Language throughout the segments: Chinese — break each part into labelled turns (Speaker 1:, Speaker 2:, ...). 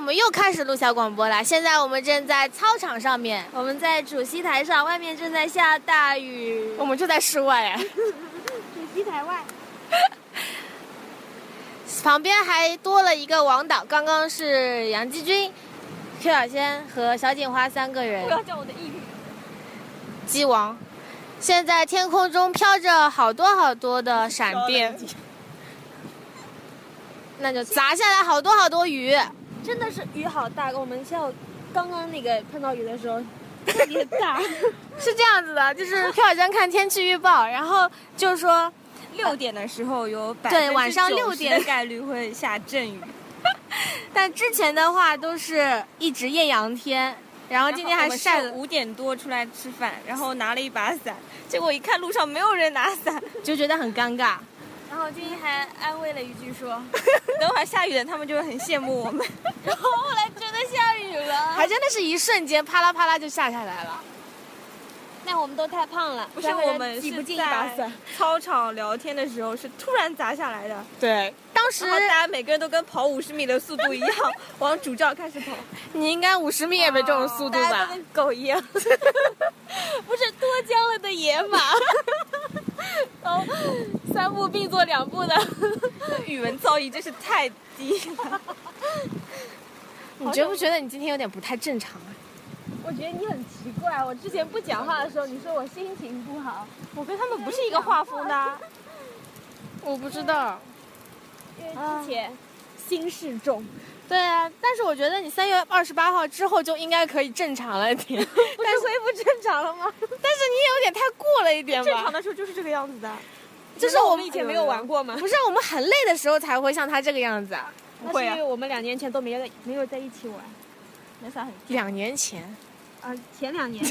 Speaker 1: 们又开始录小广播了。现在我们正在操场上面，
Speaker 2: 我们在主席台上，外面正在下大雨。
Speaker 1: 我们就在室外哎，
Speaker 2: 主席台外，
Speaker 1: 旁边还多了一个王导。刚刚是杨继军、Q 小仙和小锦花三个人
Speaker 2: 不。要叫我的艺名。
Speaker 1: 鸡王。现在天空中飘着好多好多的闪电，那就砸下来好多好多雨。
Speaker 2: 真的是雨好大，我们下午刚刚那个碰到雨的时候特别大，
Speaker 1: 是这样子的， 就是朴小娟看天气预报，然后就说
Speaker 3: 六点的时候有百
Speaker 1: 对晚上六点
Speaker 3: 的概率会下 阵雨，
Speaker 1: 但之前的话都是一直艳阳天，然后今天还晒了，
Speaker 3: 五点多出来吃饭，然后拿了一把伞，结果一看路上没有人拿伞，
Speaker 1: 就觉得很尴尬。
Speaker 2: 然后君还安慰了一句 说，
Speaker 3: 等会儿下雨了，他们就会很羡慕我们。
Speaker 2: 然后后来真的下雨了。
Speaker 1: 还真的是一瞬间啪啦啪啦就下下来了。
Speaker 2: 那我们都太胖了，
Speaker 3: 不是我们
Speaker 2: 挤不
Speaker 3: 是
Speaker 2: 进一把
Speaker 3: 在
Speaker 2: 伞。
Speaker 3: 操场聊天的时候是突然砸下来的，
Speaker 1: 对，当时
Speaker 3: 然后啊大家每个人都跟跑五十米的速度一样， 往主照开始跑，
Speaker 1: 你应该五十米也没这种速度
Speaker 3: 大家
Speaker 1: 吧
Speaker 3: 都？跟狗一 样。
Speaker 2: 不是脱缰了的野马，然后三步并作两步的。
Speaker 3: 语文造诣真是太低 了，
Speaker 1: 你觉不觉得你今天有点不太正常啊？
Speaker 2: 我觉得你很奇怪，我之前不讲话的时候，你说我心情不好，
Speaker 3: 我跟他们不是一个画风的 啊。
Speaker 1: 我不知道。
Speaker 2: 因为之前心事重。
Speaker 1: 对啊，但是我觉得你三月二十八号之后就应该可以正常了一 点，
Speaker 3: 不是恢复正常了吗？
Speaker 1: 但是你也有点太过了一点吧？
Speaker 3: 正常的时候就是这个样子 的，
Speaker 1: 就是
Speaker 3: 难道我
Speaker 1: 们
Speaker 3: 们以前没有玩 过吗？
Speaker 1: 不是我们很累的时候才会像他这个样子啊。
Speaker 2: 那
Speaker 3: 会
Speaker 2: 是
Speaker 3: 啊
Speaker 2: 因为我们两年前都没有在没有在一起玩，
Speaker 3: 没啥很。
Speaker 1: 两年前，
Speaker 2: 啊， 前两年，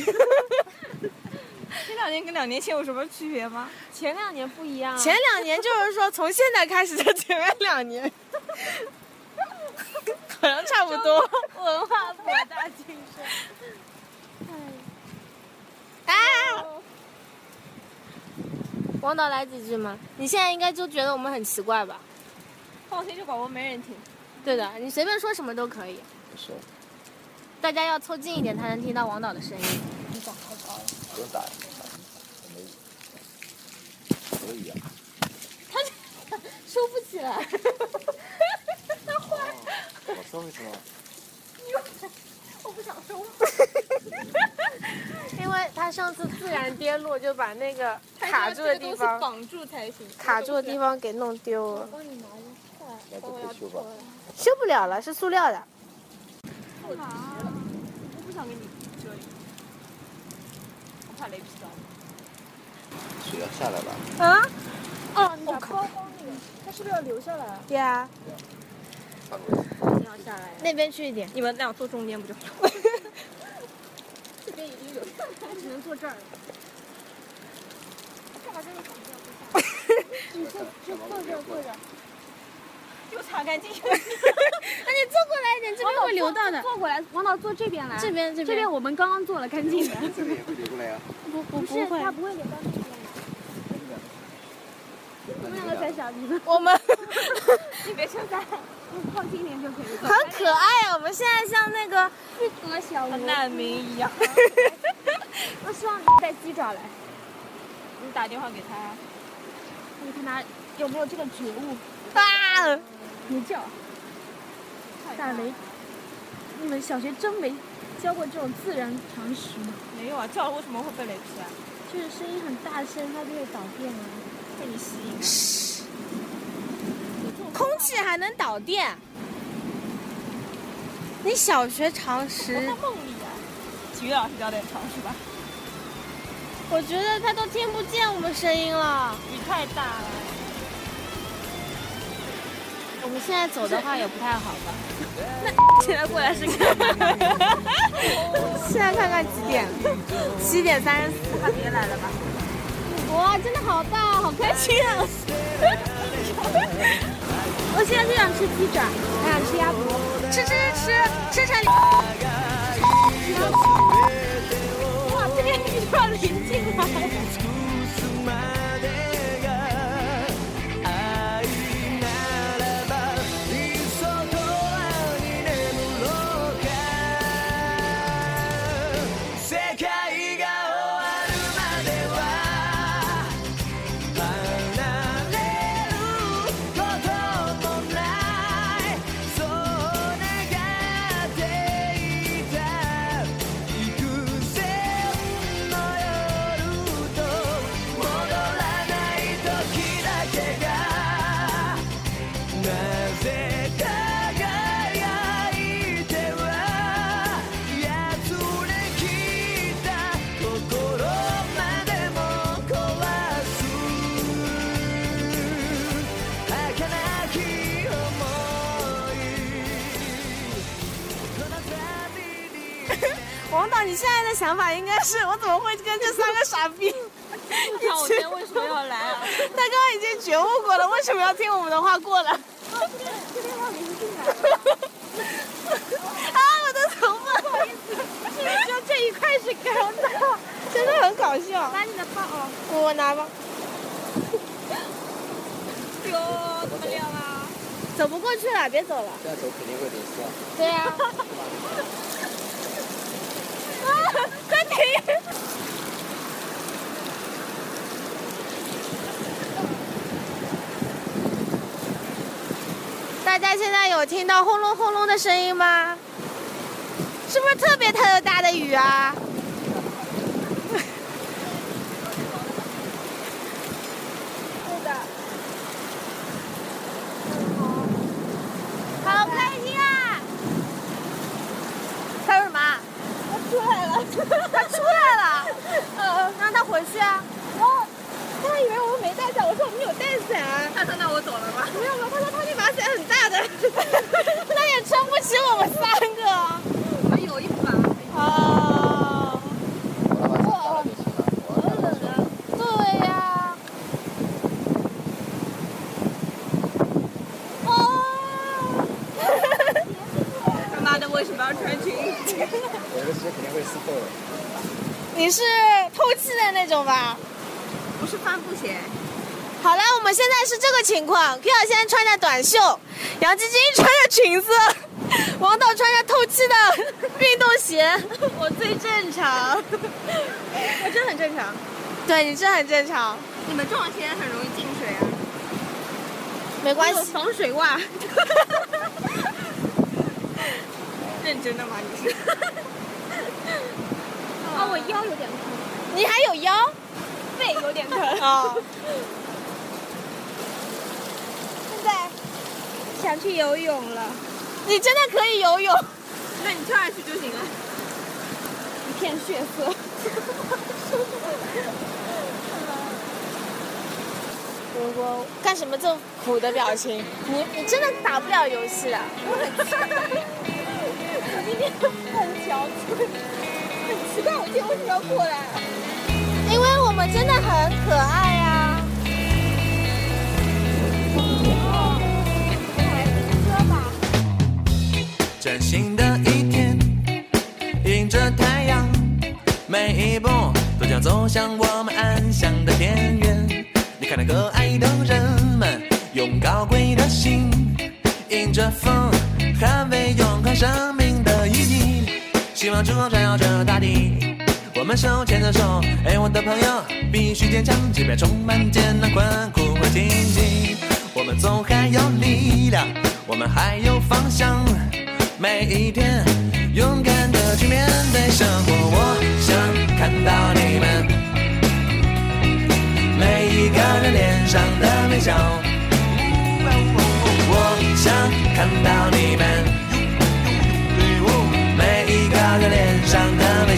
Speaker 3: 这两年跟两年前有什么区别吗？
Speaker 2: 前两年不一样。
Speaker 1: 啊前两年就是说从现在开始的前面两 年，好像差不多。
Speaker 2: 文化博大精深。
Speaker 1: 啊！王导来几句吗？你现在应该就觉得我们很奇怪吧？
Speaker 3: 放心，这广播没人听。
Speaker 1: 对的，你随便说什么都可以。
Speaker 4: 是，
Speaker 1: 大家要凑近一点才能听到王导的声音。
Speaker 4: 不用打，没可以啊，
Speaker 2: 收不起来，
Speaker 4: 哦我收啊回去了。
Speaker 1: 因为他上次自然跌落，就把那哎个卡住的地
Speaker 3: 这个
Speaker 1: 方、
Speaker 3: 绑住才行。
Speaker 1: 卡住的地方给弄丢了，
Speaker 4: 那就退休吧。
Speaker 1: 修不了了，是塑料的。
Speaker 3: 我不想给你遮雨，我怕雷劈到。
Speaker 4: 水要下来了，
Speaker 1: 啊？
Speaker 2: 哦，你把包包那个，它是不是要留下来啊？
Speaker 1: 对啊，
Speaker 4: 差不多。
Speaker 2: 要下来，
Speaker 1: 那边去一点。
Speaker 3: 你们俩坐中间不就好了？
Speaker 2: 这边已经有，我只能坐这儿了。你坐就坐这儿坐着，
Speaker 3: 又擦干净。
Speaker 1: 那你坐过来一点，这边会流到的。
Speaker 2: 坐过来，王导坐这边来。
Speaker 1: 这边这边
Speaker 2: 这边我们刚刚做了干净的，
Speaker 4: 这个也会流过来呀、啊。
Speaker 1: 不不
Speaker 2: 是他不会流到那边的。
Speaker 4: 我
Speaker 2: 我们两个才傻逼呢，
Speaker 1: 我们
Speaker 3: 你别撑伞。
Speaker 2: 靠近一点就可以 了。
Speaker 1: 很可爱啊，我们现在像那个
Speaker 2: 适合小吴，
Speaker 3: 难民一样。
Speaker 2: 我希望你带鸡爪来，
Speaker 3: 你打电话给他，
Speaker 2: 你看他有没有这个觉悟。
Speaker 1: 啊，
Speaker 2: 别叫，打雷！你们小学真没教过这种自然常识吗？
Speaker 3: 没有啊，叫了为什么会被雷劈啊？
Speaker 2: 就是声音很大声，它就会导电啊。
Speaker 3: 被你吸引。
Speaker 1: 空气还能导电。你小学常识，
Speaker 3: 在梦里啊。体育老师教的也长是吧？
Speaker 1: 我觉得他都听不见我们声音了。
Speaker 3: 雨太大了。
Speaker 1: 我们现在走的话也不太好吧？
Speaker 3: 现在过来是干嘛？
Speaker 1: 现在看看几点？七点三十四。
Speaker 3: 别来了吧。
Speaker 1: 哇，真的好大，好
Speaker 2: 哎
Speaker 1: 开心啊！
Speaker 2: 我现在就想吃鸡爪，还想吃鸭脖。
Speaker 1: 吃吃吃吃成。
Speaker 2: 哇，这边你就要淋进来。
Speaker 5: 愛ならばいっそ空に眠ろう
Speaker 3: 现在的想法应该是，我怎么会跟这三个傻逼？
Speaker 5: 看我今天为什么要来 啊？
Speaker 3: 他刚刚已经觉悟过了，为什么要听我们的话过来？ 啊，我的头发， 不好意思，就这一块是干的，真的很搞笑。
Speaker 2: 把你的包哦，
Speaker 3: 我我拿吧，
Speaker 5: 哟，怎么亮啊？
Speaker 1: 走不过去了，别走了。
Speaker 4: 这样走肯定会流失啊。
Speaker 1: 对呀、
Speaker 3: 快停！
Speaker 1: 大家现在有听到轰隆轰隆的声音吗？是不是特别特别大的雨啊？好开心啊！他说什么啊？他出来了。他出来了。让他回去啊。哦，他还以为我们没带伞，我说我们有带伞。
Speaker 5: 他说那我走了吧。
Speaker 1: 没有没有，他说他那把伞很大的， 他也撑不起我们三个啊。
Speaker 5: 我有一把，
Speaker 1: 哦，
Speaker 4: 我把它打了就行了。我要打了。
Speaker 1: 对呀、
Speaker 5: 他妈的为什么要穿裙子？
Speaker 4: 有的时候肯定会湿透的。
Speaker 1: 你是透气的那种吧？
Speaker 5: 不是帆布鞋，
Speaker 1: 好了，我们现在是这个情况：Q 小仙穿着短袖，杨晶晶穿着裙子， 王导穿着透气的 运动鞋。
Speaker 3: 我最正常， 我真的很正常。
Speaker 1: 对你这很正常，
Speaker 5: 你们这种鞋很容易进水啊。
Speaker 1: 没关
Speaker 3: 我有
Speaker 1: 系。
Speaker 3: 防水袜。
Speaker 5: 认真的吗？你 是？
Speaker 3: 啊，我腰有点痛，
Speaker 1: 你还有腰？
Speaker 3: 背有点疼。
Speaker 1: 哦。
Speaker 3: 现在想去游泳了，
Speaker 1: 你真的可以游泳。
Speaker 5: 那你跳下去就行了。
Speaker 3: 一片血色。
Speaker 1: 我我干什么这么苦的表情？你你真的打不了游戏啊了。
Speaker 3: 奇怪，我今天为什么要过来？啊
Speaker 1: 因为我们真的很可爱呀、啊。
Speaker 6: 崭新的一天，迎着太阳，每一步都将走向我们安详的田园。你看那可爱的人们，用高贵的心，迎着风，捍卫永恒生命的意义。希望之光闪耀着大地，我们手牵着手，哎，我的朋友，必须坚强，即便充满艰难困苦和荆棘，我们总还有力量，我们还有方向，每一天勇敢的去面对生活，我想看到你们每一个人脸上的微笑，我想看到你们。每一个人脸上的微